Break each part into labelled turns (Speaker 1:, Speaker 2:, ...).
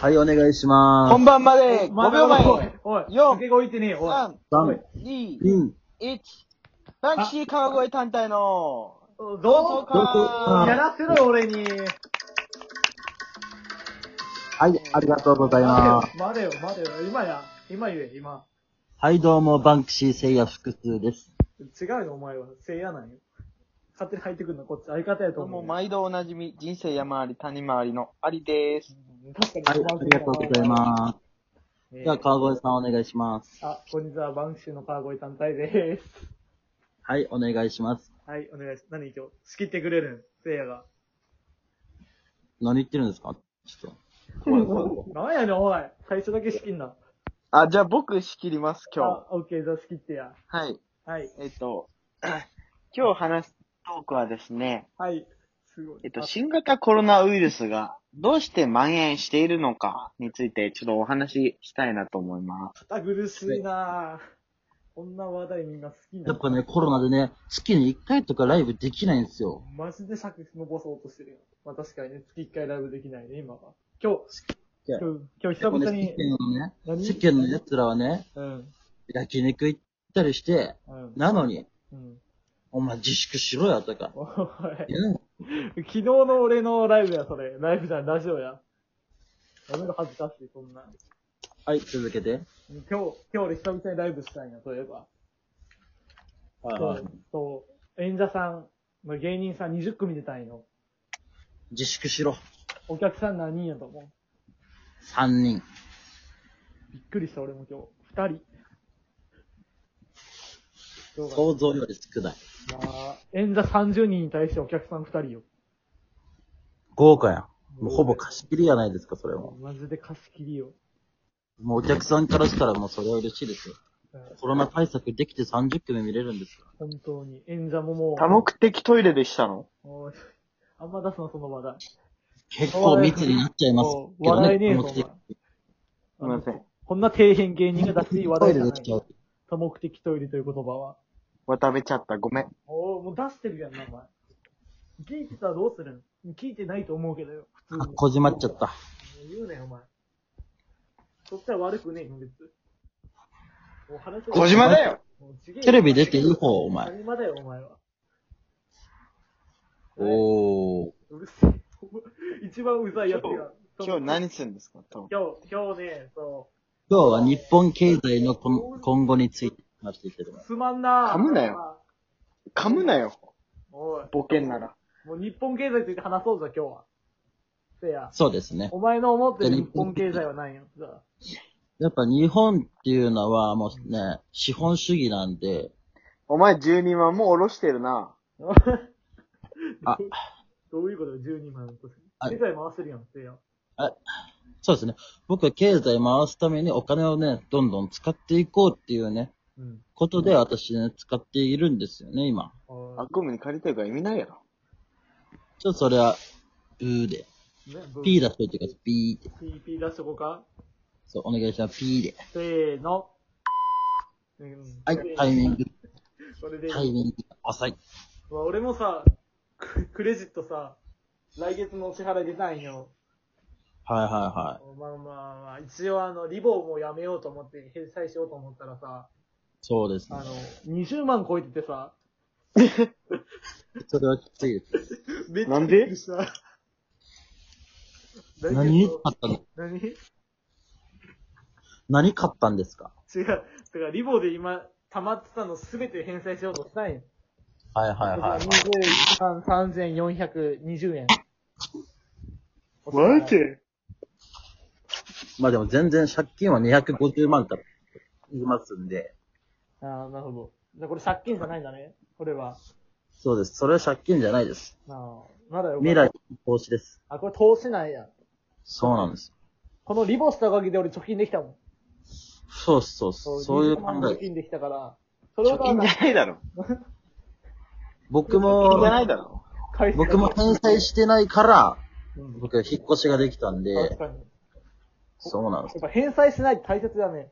Speaker 1: はい、お願いしま
Speaker 2: 本番まで
Speaker 3: ま
Speaker 2: 5
Speaker 3: だ
Speaker 2: 秒
Speaker 3: ま
Speaker 2: 前
Speaker 3: だおい、おい、
Speaker 2: よ
Speaker 3: 酒が置いてねえよ、おい。
Speaker 2: !3、
Speaker 1: す。
Speaker 2: 2、
Speaker 1: うん。
Speaker 2: 1、バンクシー川越単体の、
Speaker 3: ど
Speaker 2: 同
Speaker 3: こ
Speaker 2: 窓
Speaker 1: あ
Speaker 3: や
Speaker 2: 会
Speaker 3: らせろよ、俺に。
Speaker 1: はい、ありがとうございます。
Speaker 3: まだよ、まだよ。今や、今言え、今。
Speaker 1: はい、どうも、バンクシー聖夜複数です。
Speaker 3: 違うよ、お前は。せいやなんよ。勝手に入ってくんの、こっち。相方やと
Speaker 2: どう
Speaker 3: 思
Speaker 2: も
Speaker 3: う。
Speaker 2: 毎度おなじみ、人生山あり谷回りのありです。
Speaker 3: 確。
Speaker 1: はい、ありがとうございますす。
Speaker 3: え
Speaker 1: では、
Speaker 3: ー
Speaker 1: 川越さんお願いします。
Speaker 3: あ、こんにちは、バンクシーの川越単体です。
Speaker 1: はい、お願いします。
Speaker 3: はい、お願いします。何今日、仕切ってくれるんせいやが。
Speaker 1: 何言ってるんですかちょっ
Speaker 3: なんやねん、おい。最初だけ仕切んな。
Speaker 2: あ、じゃあ僕仕切ります、今
Speaker 3: あ、オッケー、じゃあ仕切ってや。
Speaker 2: 日。はい。
Speaker 3: はい。
Speaker 2: えっと、 今日話すトークはですね、
Speaker 3: はい。すごい。
Speaker 2: えっと、
Speaker 3: あ
Speaker 2: 新型コロナウイルスがどうして蔓延しているのかについてちょっとお話ししたいなと思います。
Speaker 3: 堅苦しいなぁ。こんな話題みんな好き
Speaker 1: と。や
Speaker 3: な
Speaker 1: っ。ぱね、コロナでね、月に1回とかライブできないんですよ。
Speaker 3: マジで尺伸ばそうとしてるよ。まあ確かにね、月1回ライブできないね、今は。今日、
Speaker 1: いや
Speaker 3: 今日、今日
Speaker 1: で
Speaker 3: 久
Speaker 1: も
Speaker 3: 々
Speaker 1: ね
Speaker 3: に、
Speaker 1: 世間のね、
Speaker 3: 何
Speaker 1: 世間の奴らはね、
Speaker 3: うん、
Speaker 1: 焼肉行ったりして、
Speaker 3: うん、
Speaker 1: なのに、
Speaker 3: うん。
Speaker 1: お前自粛しろよとか。
Speaker 3: おい、
Speaker 1: うん
Speaker 3: 昨日の俺のライブや、それ。ライブじゃん、ラジオや。やめろ、恥ずかしい、そんな。
Speaker 1: はい、続けて。
Speaker 3: 今日、今日俺久々にライブしたんや、そういえば。そう、そう演者さん、まあ芸人さん20組出たんよ。
Speaker 1: 自粛しろ。
Speaker 3: お客さん何人やと思う
Speaker 1: 3人。
Speaker 3: びっくりした、俺も今日。二人。どうかな
Speaker 1: 想像より少ない。
Speaker 3: まあ、演者30人に対してお客さん2人よ。
Speaker 1: 豪華やん。もうほぼ貸し切りやないですか、それも。
Speaker 3: マジで貸し切りよ。
Speaker 1: もうお客さんからしたらもうそれは嬉しいですよ。
Speaker 3: うん
Speaker 1: コロナ対策できて30組見れるんですよ。
Speaker 3: 本当に。演者もも
Speaker 2: 多目的トイレでしたの
Speaker 3: う、おいあんま出すな、その話題。
Speaker 1: 結構密になっちゃいますけど
Speaker 3: 笑
Speaker 1: ね。
Speaker 3: えねえぞ
Speaker 1: この時期
Speaker 2: すいません。
Speaker 3: こんな底辺芸人が出していい話
Speaker 1: トイ
Speaker 3: 題じ
Speaker 1: レ
Speaker 3: ゃな
Speaker 1: で
Speaker 3: い
Speaker 1: きちゃう。
Speaker 3: 多目的トイレという言葉は。
Speaker 2: 渡べちゃった。ごめん。
Speaker 3: おお、もう出してるやんな、お前。聞いてたらどうするん聞いてないと思うけどよ、普
Speaker 1: あ
Speaker 3: 通に。
Speaker 1: こじまっちゃった。
Speaker 3: 言うなよ、お前。そっちは悪くねえよ、別に。もう話せ
Speaker 2: 小島だよ
Speaker 3: もうちげえよ
Speaker 1: テレビ出ていい方、お前。
Speaker 3: 小島だよ、お前は。
Speaker 1: おー。
Speaker 3: うるせえ。一番うざいやつが。
Speaker 2: 今日何するんですかトーク
Speaker 3: 今日、今日ね、そ
Speaker 1: 今日は日本経済のこん今後について話していきたいと思いうま、す。
Speaker 3: すまんな
Speaker 2: 噛むなよ。噛むなよ。
Speaker 3: おい、
Speaker 2: ボケんなら。
Speaker 3: もう日本経済について話そうぞ、今日は。せや。
Speaker 1: そうですね。
Speaker 3: お前の思ってる日本経済は何やじゃあ
Speaker 1: やっぱ日本っていうのはもうね、資本主義なんで、
Speaker 2: お前12万も下ろしてるな。
Speaker 1: あ
Speaker 3: どういうことよ、12万の年。
Speaker 1: あ
Speaker 3: 経済回してるやん、せや。
Speaker 1: そうですね。僕は経済回すためにお金をね、どんどん使っていこうっていうね、
Speaker 3: うん。
Speaker 1: ことで私ね、使っているんですよね、今。
Speaker 3: あ
Speaker 2: 悪夢に借りてるから意味ないやろ。
Speaker 1: ちょっとそれは、ブーで。
Speaker 3: ね、
Speaker 1: ピー
Speaker 3: だ。
Speaker 1: 出しといてください。ピーって。
Speaker 3: P、P 出しとこうか。
Speaker 1: そう、お願いします。ピーで。
Speaker 3: せーの。うん
Speaker 1: はい、タイミング、
Speaker 3: それで、
Speaker 1: タイミング、浅い。
Speaker 3: まあ俺もさ、ククレジットさ、来月の支払い出たんよ。
Speaker 1: はいはいはい。
Speaker 3: まあまあまあ、一応あの、リボンもやめようと思って、返済しようと思ったらさ、
Speaker 1: そうですね
Speaker 3: あ。の、20万超えててさ、
Speaker 1: それはきついです。
Speaker 3: めっち
Speaker 2: な
Speaker 3: ゃ
Speaker 2: ん
Speaker 3: び
Speaker 2: で
Speaker 3: っくりした。
Speaker 1: 何
Speaker 3: 来月
Speaker 1: 買ったの
Speaker 3: の何違う。
Speaker 1: 何買ったんですか
Speaker 3: だから、リボンで今、溜まってたのすべて返済しようとしたんよ。
Speaker 1: はいはいはいはい。
Speaker 3: 23,420円。
Speaker 1: まあでも全然借金は250万からいますんで。
Speaker 3: ああ、なるほど。じゃあこれ借金じゃないんだね。これは。
Speaker 1: そうです。それは借金じゃないです。
Speaker 3: ああ、まだよ。
Speaker 1: 未来の投資です。
Speaker 3: あ、これ投資なんや。
Speaker 1: そうなんです。
Speaker 3: このリボしたおかげで俺貯金できたも
Speaker 1: そうそうそ
Speaker 3: ん。
Speaker 1: う。そういう考
Speaker 3: 20万貯
Speaker 1: え。
Speaker 3: 金できたから。それ
Speaker 2: 貯
Speaker 3: を
Speaker 2: 金じゃないだろ。
Speaker 1: 僕
Speaker 2: 貯金じゃ
Speaker 1: も、
Speaker 2: ないだろ。
Speaker 3: 返す
Speaker 1: 僕も返済してないから、
Speaker 3: うん
Speaker 1: 僕は引っ越しができたん
Speaker 3: 確
Speaker 1: で、
Speaker 3: かに。や
Speaker 1: そうなんです
Speaker 3: っ。ぱ返済しないって大切だね。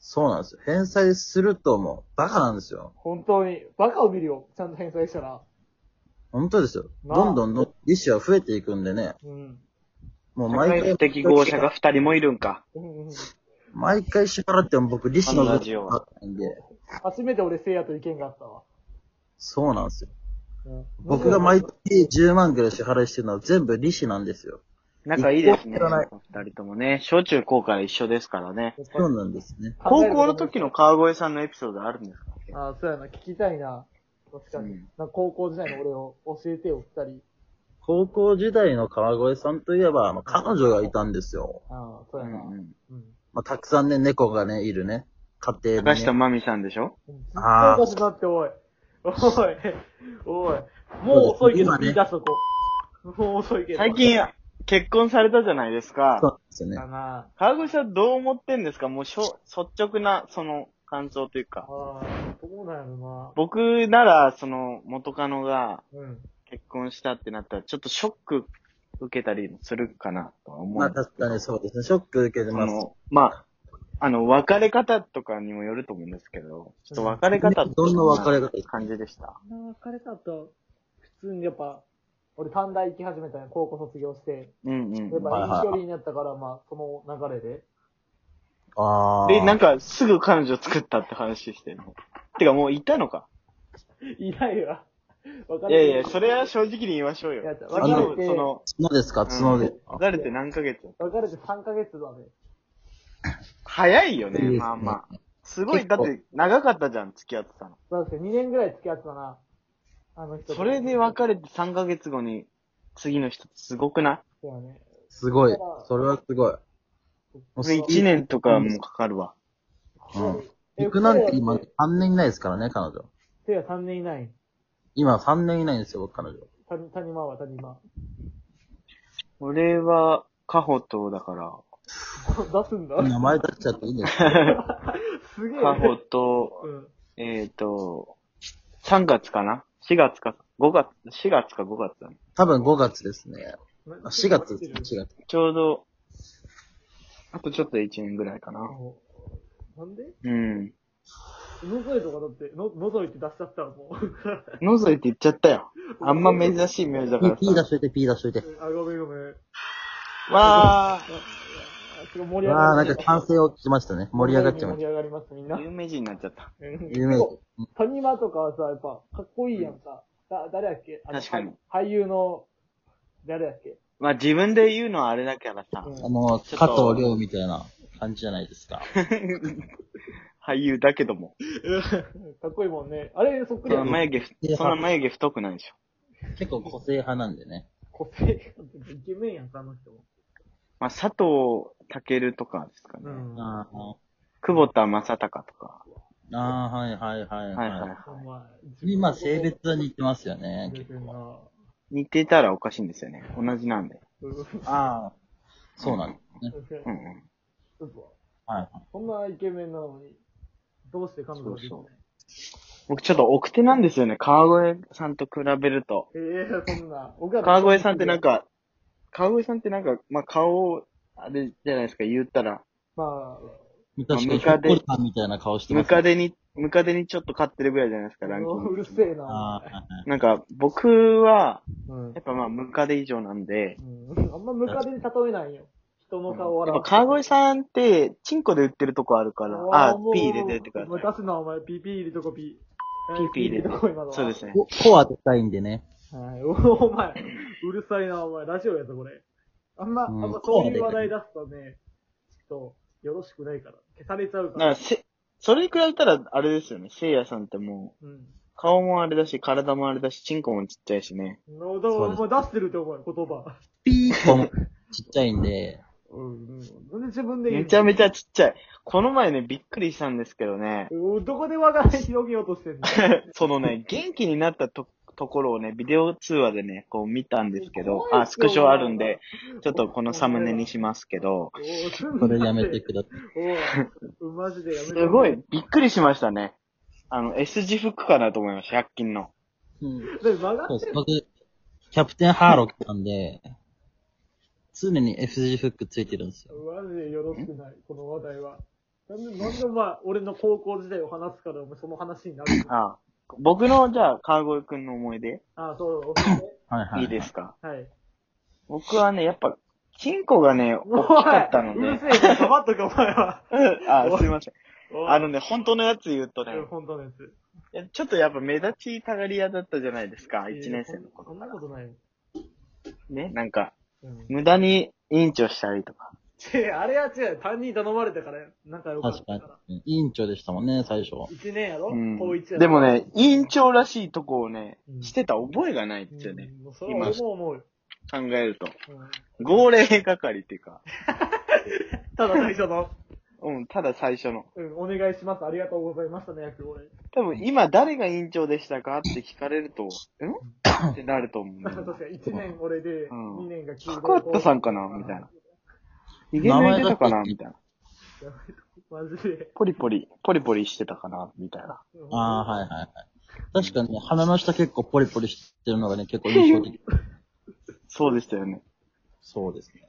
Speaker 1: そうなんですよ。返済するともう、バカなんですよ。
Speaker 3: 本当に。バカを見るよ。ちゃんと返済したら。
Speaker 1: 本当ですよ。
Speaker 3: まあ
Speaker 1: どんどんの利子は増えていくんでね。
Speaker 3: うん。
Speaker 1: もう
Speaker 2: 社
Speaker 1: 毎
Speaker 2: 会
Speaker 1: 回
Speaker 2: 不、適合者が二人もいるんか。
Speaker 3: うんうん
Speaker 1: 毎回支払っても僕、利子の
Speaker 2: 同じような
Speaker 1: ないんで、
Speaker 3: 初めて俺、せいやと意見があったわ。
Speaker 1: そうなんですよ。
Speaker 3: うん
Speaker 1: 僕が毎月10万ぐらい支払いしてるのは全部利子なんですよ。
Speaker 2: 仲いいです
Speaker 1: 一
Speaker 2: ね。
Speaker 1: 個も知らな
Speaker 2: 二人ともね、小中高から一緒ですからね。
Speaker 1: そうなんですね。
Speaker 2: 高校の時の川越さんのエピソードあるんですか
Speaker 3: あーそうやな、聞きたいな。確かに。
Speaker 2: うん
Speaker 3: なんか高校時代の俺を教えてよ、二人。
Speaker 1: 高校時代の川越さんといえば、あの、彼女がいたんですよ。
Speaker 3: ああ、そう
Speaker 2: う
Speaker 3: やな。うんん。
Speaker 2: うん
Speaker 1: まあ、たくさんね、猫がね、いるね、家庭
Speaker 2: 高
Speaker 1: に、
Speaker 2: 下
Speaker 1: ね。
Speaker 2: 真美さんでしょ
Speaker 3: うん
Speaker 1: あー
Speaker 3: 聞き出しだって、おい。おい。 おい。もう遅いけど、
Speaker 1: 今ね
Speaker 3: 聞き出しとこう。もう遅いけど。
Speaker 2: 最近、結婚されたじゃないですか
Speaker 1: そう。なんですよね
Speaker 3: だ。な
Speaker 2: 川越さんどう思ってんですかもうしょ、率直な、その、感想という
Speaker 3: あ
Speaker 2: か。
Speaker 3: あ、そうなんやろ
Speaker 2: 僕なら、その、元カノが
Speaker 3: な。うん。
Speaker 2: 結婚したってなったら、ちょっとショック受けたりもするかなとは思
Speaker 1: まあ、
Speaker 2: うんです
Speaker 1: 確かにそうですね。ショック受けて
Speaker 2: そ
Speaker 1: ます。
Speaker 2: の、まあ、あの、別れ方とかにもよると思うんですけど、ちょっと別れ方って
Speaker 1: どんな別れ方です
Speaker 2: 感じでした。
Speaker 3: そんな別れた後、普通にやっぱ、俺短大行き始めたんや、高校卒業して。
Speaker 2: うんうん
Speaker 3: やっ
Speaker 2: うん。
Speaker 3: ぱ遠距離になったから、まあ、その流れで。
Speaker 1: ああ。
Speaker 2: で、なん
Speaker 1: か、
Speaker 2: か、すぐ彼女作ったって話してるの。てか、もういたのか。
Speaker 3: いないわ。 別
Speaker 2: いやい
Speaker 3: れ
Speaker 2: や、
Speaker 3: て、
Speaker 2: それは正直に言いましょうよ
Speaker 3: いや別。れて
Speaker 2: あの、その、
Speaker 1: 角ですか角です。
Speaker 2: うん別れて何ヶ月
Speaker 3: 別れて3ヶ月だね。
Speaker 2: 早いよ
Speaker 1: いいです
Speaker 2: ね、
Speaker 1: ね
Speaker 2: まあまあ。すごい、
Speaker 1: 結構
Speaker 2: だって、長かったじゃん、付き合ってたの。
Speaker 3: そうですね、2年ぐらい付き合ってたな。あの人と。
Speaker 2: それで別れて3ヶ月後に、次の人ってすごくない
Speaker 3: そうやね。
Speaker 1: すごい。それはすごい。もうす
Speaker 2: ?1 年とかもかかるわ。
Speaker 1: うん行くなんて今
Speaker 3: え
Speaker 1: 3年いないですからね、彼女。
Speaker 3: せいや3年いない。
Speaker 1: 今3年いないんですよ、僕彼女。
Speaker 3: 谷谷間は谷間。
Speaker 2: 俺は、カホと、だから、
Speaker 3: 出すんだ。
Speaker 1: 名前出しちゃっていいんですか
Speaker 3: すげえ。
Speaker 2: カホと、
Speaker 3: うん。
Speaker 2: えっ、と、3月かな ?4 月か、5月、4月か5月だね。
Speaker 1: 多分5月ですね。あ4月ですね、4月。
Speaker 2: ちょうど、あとちょっとで1年ぐらいかな。
Speaker 3: なんで
Speaker 2: うん。
Speaker 3: 覗いとかだって、の、覗いて出しちゃったらもう。
Speaker 2: 覗いて言っちゃったよ。あんま珍しい名字だから
Speaker 1: P,
Speaker 2: さ。
Speaker 1: P 出しといて、P 出しといて。
Speaker 3: あ、ごめんごめん。
Speaker 2: わ
Speaker 3: あすごい盛り上
Speaker 1: わあ、な
Speaker 3: が
Speaker 1: ん
Speaker 3: り
Speaker 1: か歓声を聞きましたね。盛り上がっちゃいま
Speaker 3: 盛
Speaker 1: し
Speaker 3: り上がります、みんな
Speaker 2: ー。。有名人になっちゃった。
Speaker 3: うん
Speaker 1: た。有名人。
Speaker 3: 谷間とかはさ、やっぱ、かっこいいやんか。だ、誰だっけあの
Speaker 2: 確かに
Speaker 3: 俳優の、誰だっけ
Speaker 2: まあ自分で言うのはあれだからさ
Speaker 3: う、ん
Speaker 1: あの、
Speaker 2: ちょっと
Speaker 1: 加藤亮みたいな感じじゃないですか。
Speaker 2: 俳優だけども。
Speaker 3: かっこいいもんね。あれ、そっく
Speaker 2: そ
Speaker 3: りや
Speaker 2: の
Speaker 3: ん。
Speaker 2: 眉毛ふ
Speaker 1: い、や
Speaker 2: その眉毛太くないでしょ。
Speaker 1: 結構個性派なんでね。
Speaker 3: 個性が、イケメンやんか、あの人も。
Speaker 2: まあ佐藤健とかですかね。
Speaker 3: うん。
Speaker 1: あー
Speaker 2: 久保田正孝とか。
Speaker 1: あー、はいはいはい
Speaker 2: はい
Speaker 1: は。
Speaker 2: はいい。
Speaker 3: お前
Speaker 1: 今、性別は似てますよね。
Speaker 3: 出てんな。
Speaker 2: 似てたらおかしいんですよね。同じなんで。
Speaker 3: うん
Speaker 1: ああ、そうなんですね。
Speaker 2: うんうん。
Speaker 3: 嘘
Speaker 1: はい。
Speaker 3: そんなイケメンなのに、どうして彼女ができた
Speaker 2: そう
Speaker 3: の
Speaker 2: 僕ちょっと奥手なんですよね。川越さんと比べると。
Speaker 3: ええそんな。僕は
Speaker 2: 川越さんってなん、か、川越さんってなんか、まあ顔を、あれじゃないですか、言ったら、
Speaker 3: まあ、
Speaker 1: 確かに、
Speaker 2: ム
Speaker 1: ひょ
Speaker 2: カ
Speaker 1: っ
Speaker 2: デ
Speaker 1: こりさんみたいな顔してま
Speaker 2: ム
Speaker 1: すね。
Speaker 2: カデに、ムカデにちょっと勝ってるぐらいじゃないですか、ランキン
Speaker 3: う
Speaker 2: グ
Speaker 3: る。せえな
Speaker 1: あ。あ、はいはい
Speaker 2: なんか、僕は、
Speaker 3: お前うん
Speaker 2: やっぱまあ、ムカデ以上なんで、
Speaker 3: うんあんまムカデに例えないよ。人の顔を
Speaker 2: やっ
Speaker 3: 笑
Speaker 2: ぱ
Speaker 3: う
Speaker 2: 川越さんって、チンコで売ってるとこあるから、あ、ピー入れてってくだ
Speaker 3: もう
Speaker 2: さ
Speaker 3: 出すな、お前。ピーピー入れとこ、ピー。
Speaker 2: い。ピーピー入れて
Speaker 3: とこ、今の。
Speaker 2: て。そうですね。
Speaker 1: こコアでかいんでね。
Speaker 3: はい。おお前、うるさいな、お前。ラジオやぞ、これ。あんま、あ
Speaker 1: うんん
Speaker 3: まそういう話題出すとね、ちょっと、よろしくないから。消されちゃう
Speaker 2: だ
Speaker 3: か。
Speaker 2: かららせ、それに比べたら、あれですよね。せいやさんってもう、
Speaker 3: うん。
Speaker 2: 顔もあれだし、体もあれだし、チンコもちっちゃいしね。
Speaker 3: のど
Speaker 1: そう
Speaker 3: う
Speaker 1: です
Speaker 3: もう出してるって、お前、言葉。
Speaker 1: ピーポン、ちっちゃいんで、
Speaker 3: うん。なんで自分で言うの
Speaker 2: めちゃめちゃちっちゃい。この前ね、びっくりしたんですけどね、
Speaker 3: うんどこで輪が広げようとしてんの
Speaker 2: そのね、元気になったと、ところをね、ビデオ通話でね、こう見たんですけど、あ、スクショあるんで、、ちょっとこのサムネにしますけど、
Speaker 3: おいすんな
Speaker 1: それやめてください。
Speaker 3: おい、マジでやめて。
Speaker 2: すごい、びっくりしましたね。あの、S 字フックかなと思いました、100均の。
Speaker 1: うん
Speaker 3: で曲が
Speaker 1: そう
Speaker 3: っ
Speaker 1: です
Speaker 3: てる。
Speaker 1: 僕、キャプテンハーロックなんで、常に F 字フックついてるんですよ。
Speaker 3: マジでよろしくない、この話題は。なんで、なんでお前、俺の高校時代を話すから、お前その話になるの
Speaker 2: あ僕の、じゃあ、川越くんの思い出、
Speaker 3: あ、そう、お前ね
Speaker 1: はいはい。
Speaker 2: いいですか
Speaker 3: はい。
Speaker 2: 僕はね、やっぱ、チンコがね、
Speaker 3: おい
Speaker 2: 大きかったの
Speaker 3: うる
Speaker 2: ね。
Speaker 3: せえよ、黙っとけ、お前 は。
Speaker 2: あ、すいません。
Speaker 3: おい
Speaker 2: あのね、本当のやつ言うとね、
Speaker 3: 本当のやつ。
Speaker 2: いやちょっとやっぱ目立ちたがり屋だったじゃないですか、1年生の
Speaker 3: そ
Speaker 2: 頃
Speaker 3: ん
Speaker 2: か
Speaker 3: な
Speaker 2: ら。
Speaker 3: ことない。
Speaker 2: ね、なんか、
Speaker 3: うん。
Speaker 2: 無駄に委員長したりとか。
Speaker 3: 違うあれは違う。担任頼まれたから仲良かった
Speaker 1: 確か
Speaker 3: か
Speaker 1: らに。。うん委員長でしたもんね、最初は。
Speaker 3: 一年やろ
Speaker 2: うん
Speaker 3: 高一やろ
Speaker 2: でも、ね、委員長らしいとこをね
Speaker 3: う、ん
Speaker 2: してた覚えがないですよね。
Speaker 3: うん。もうそれは俺も思うよ。
Speaker 2: 考えると。
Speaker 3: うん
Speaker 2: 号令係っていうか、
Speaker 3: ただ最初の、
Speaker 2: うん、ただ最初の。
Speaker 3: うん、お願いします。ありがとうございましたね、役俺。
Speaker 2: 多分今誰が委員長でしたかって聞かれると、ん ってなると思うんだよ
Speaker 3: 確
Speaker 2: ね。
Speaker 3: か1年俺で、
Speaker 2: うん
Speaker 3: 2年が聞
Speaker 2: 高畑さんかなみたいな。イ
Speaker 1: 名
Speaker 2: ゲメン
Speaker 1: 前
Speaker 2: 出
Speaker 1: だ
Speaker 2: た
Speaker 1: け
Speaker 2: かなみたいな。
Speaker 3: マジで。
Speaker 2: ポリポリ、ポリポリしてたかなみたいな。
Speaker 3: うん
Speaker 1: ああ、はいはいはい。確かにね、鼻の下結構ポリポリしてるのがね、結構印象的。
Speaker 2: そうでしたよね。
Speaker 1: そうですね。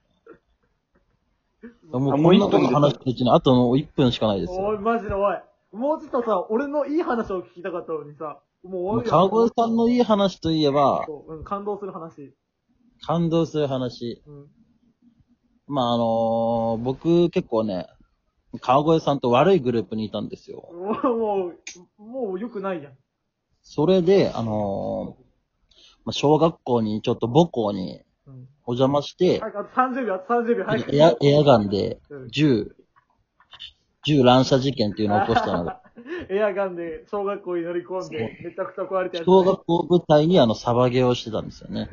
Speaker 1: も
Speaker 2: あ
Speaker 1: う
Speaker 2: も
Speaker 1: こ
Speaker 2: うん一
Speaker 1: な
Speaker 2: 分
Speaker 1: こと話してるうちに、あともう1分しかないです
Speaker 3: おい、
Speaker 1: よ。
Speaker 3: マジでおい。もうちょっとさ、俺のいい話を聞きたかったのにさ、もう
Speaker 1: もう
Speaker 3: 終わ
Speaker 1: 川
Speaker 3: るよ
Speaker 1: 越さんのいい話といえば、
Speaker 3: そううん、感動する話。
Speaker 1: 感動する話。
Speaker 3: うん。
Speaker 1: まあ、あのー僕結構ね、川越さんと悪いグループにいたんですよ。
Speaker 3: もう、もう、もう良くないやん。
Speaker 1: それで、あのーまあ、小学校に、ちょっと母校に
Speaker 3: うん。
Speaker 1: お邪魔して、
Speaker 3: はい、あと30秒、あと30秒、はい。
Speaker 1: エア、エアガンで
Speaker 3: うん
Speaker 1: 銃、銃乱射事件っていうのを起こしたのが、
Speaker 3: エアガンで小学校に乗り込んで、めちゃくちゃ壊れてやつ
Speaker 1: 小学校舞台にあの、サバゲーをしてたんですよね。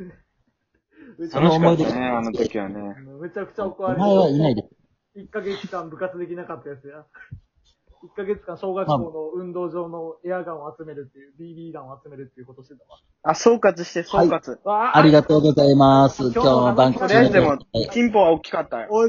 Speaker 3: めちゃ
Speaker 1: その
Speaker 2: 楽しか
Speaker 1: 思い
Speaker 2: っ
Speaker 1: 出
Speaker 2: たね、あの時はね。
Speaker 3: めちゃくちゃ怒
Speaker 1: お
Speaker 3: られ
Speaker 1: 前はいない
Speaker 3: て、
Speaker 1: です。
Speaker 3: 1ヶ月間部活できなかったやつや。1ヶ月間小学校の運動場のエアガンを集めるっていう、BB ガンを集めるっていうことしてたわ。
Speaker 2: あ、総括して、総括。
Speaker 3: わ
Speaker 1: ありがとうございます。
Speaker 3: 今
Speaker 1: 今日
Speaker 3: 日の
Speaker 1: も
Speaker 3: 話
Speaker 1: バン
Speaker 3: と
Speaker 1: ク
Speaker 2: とりあえずで
Speaker 1: は
Speaker 2: も
Speaker 1: い、
Speaker 2: チンポは大きかったよ。
Speaker 3: おい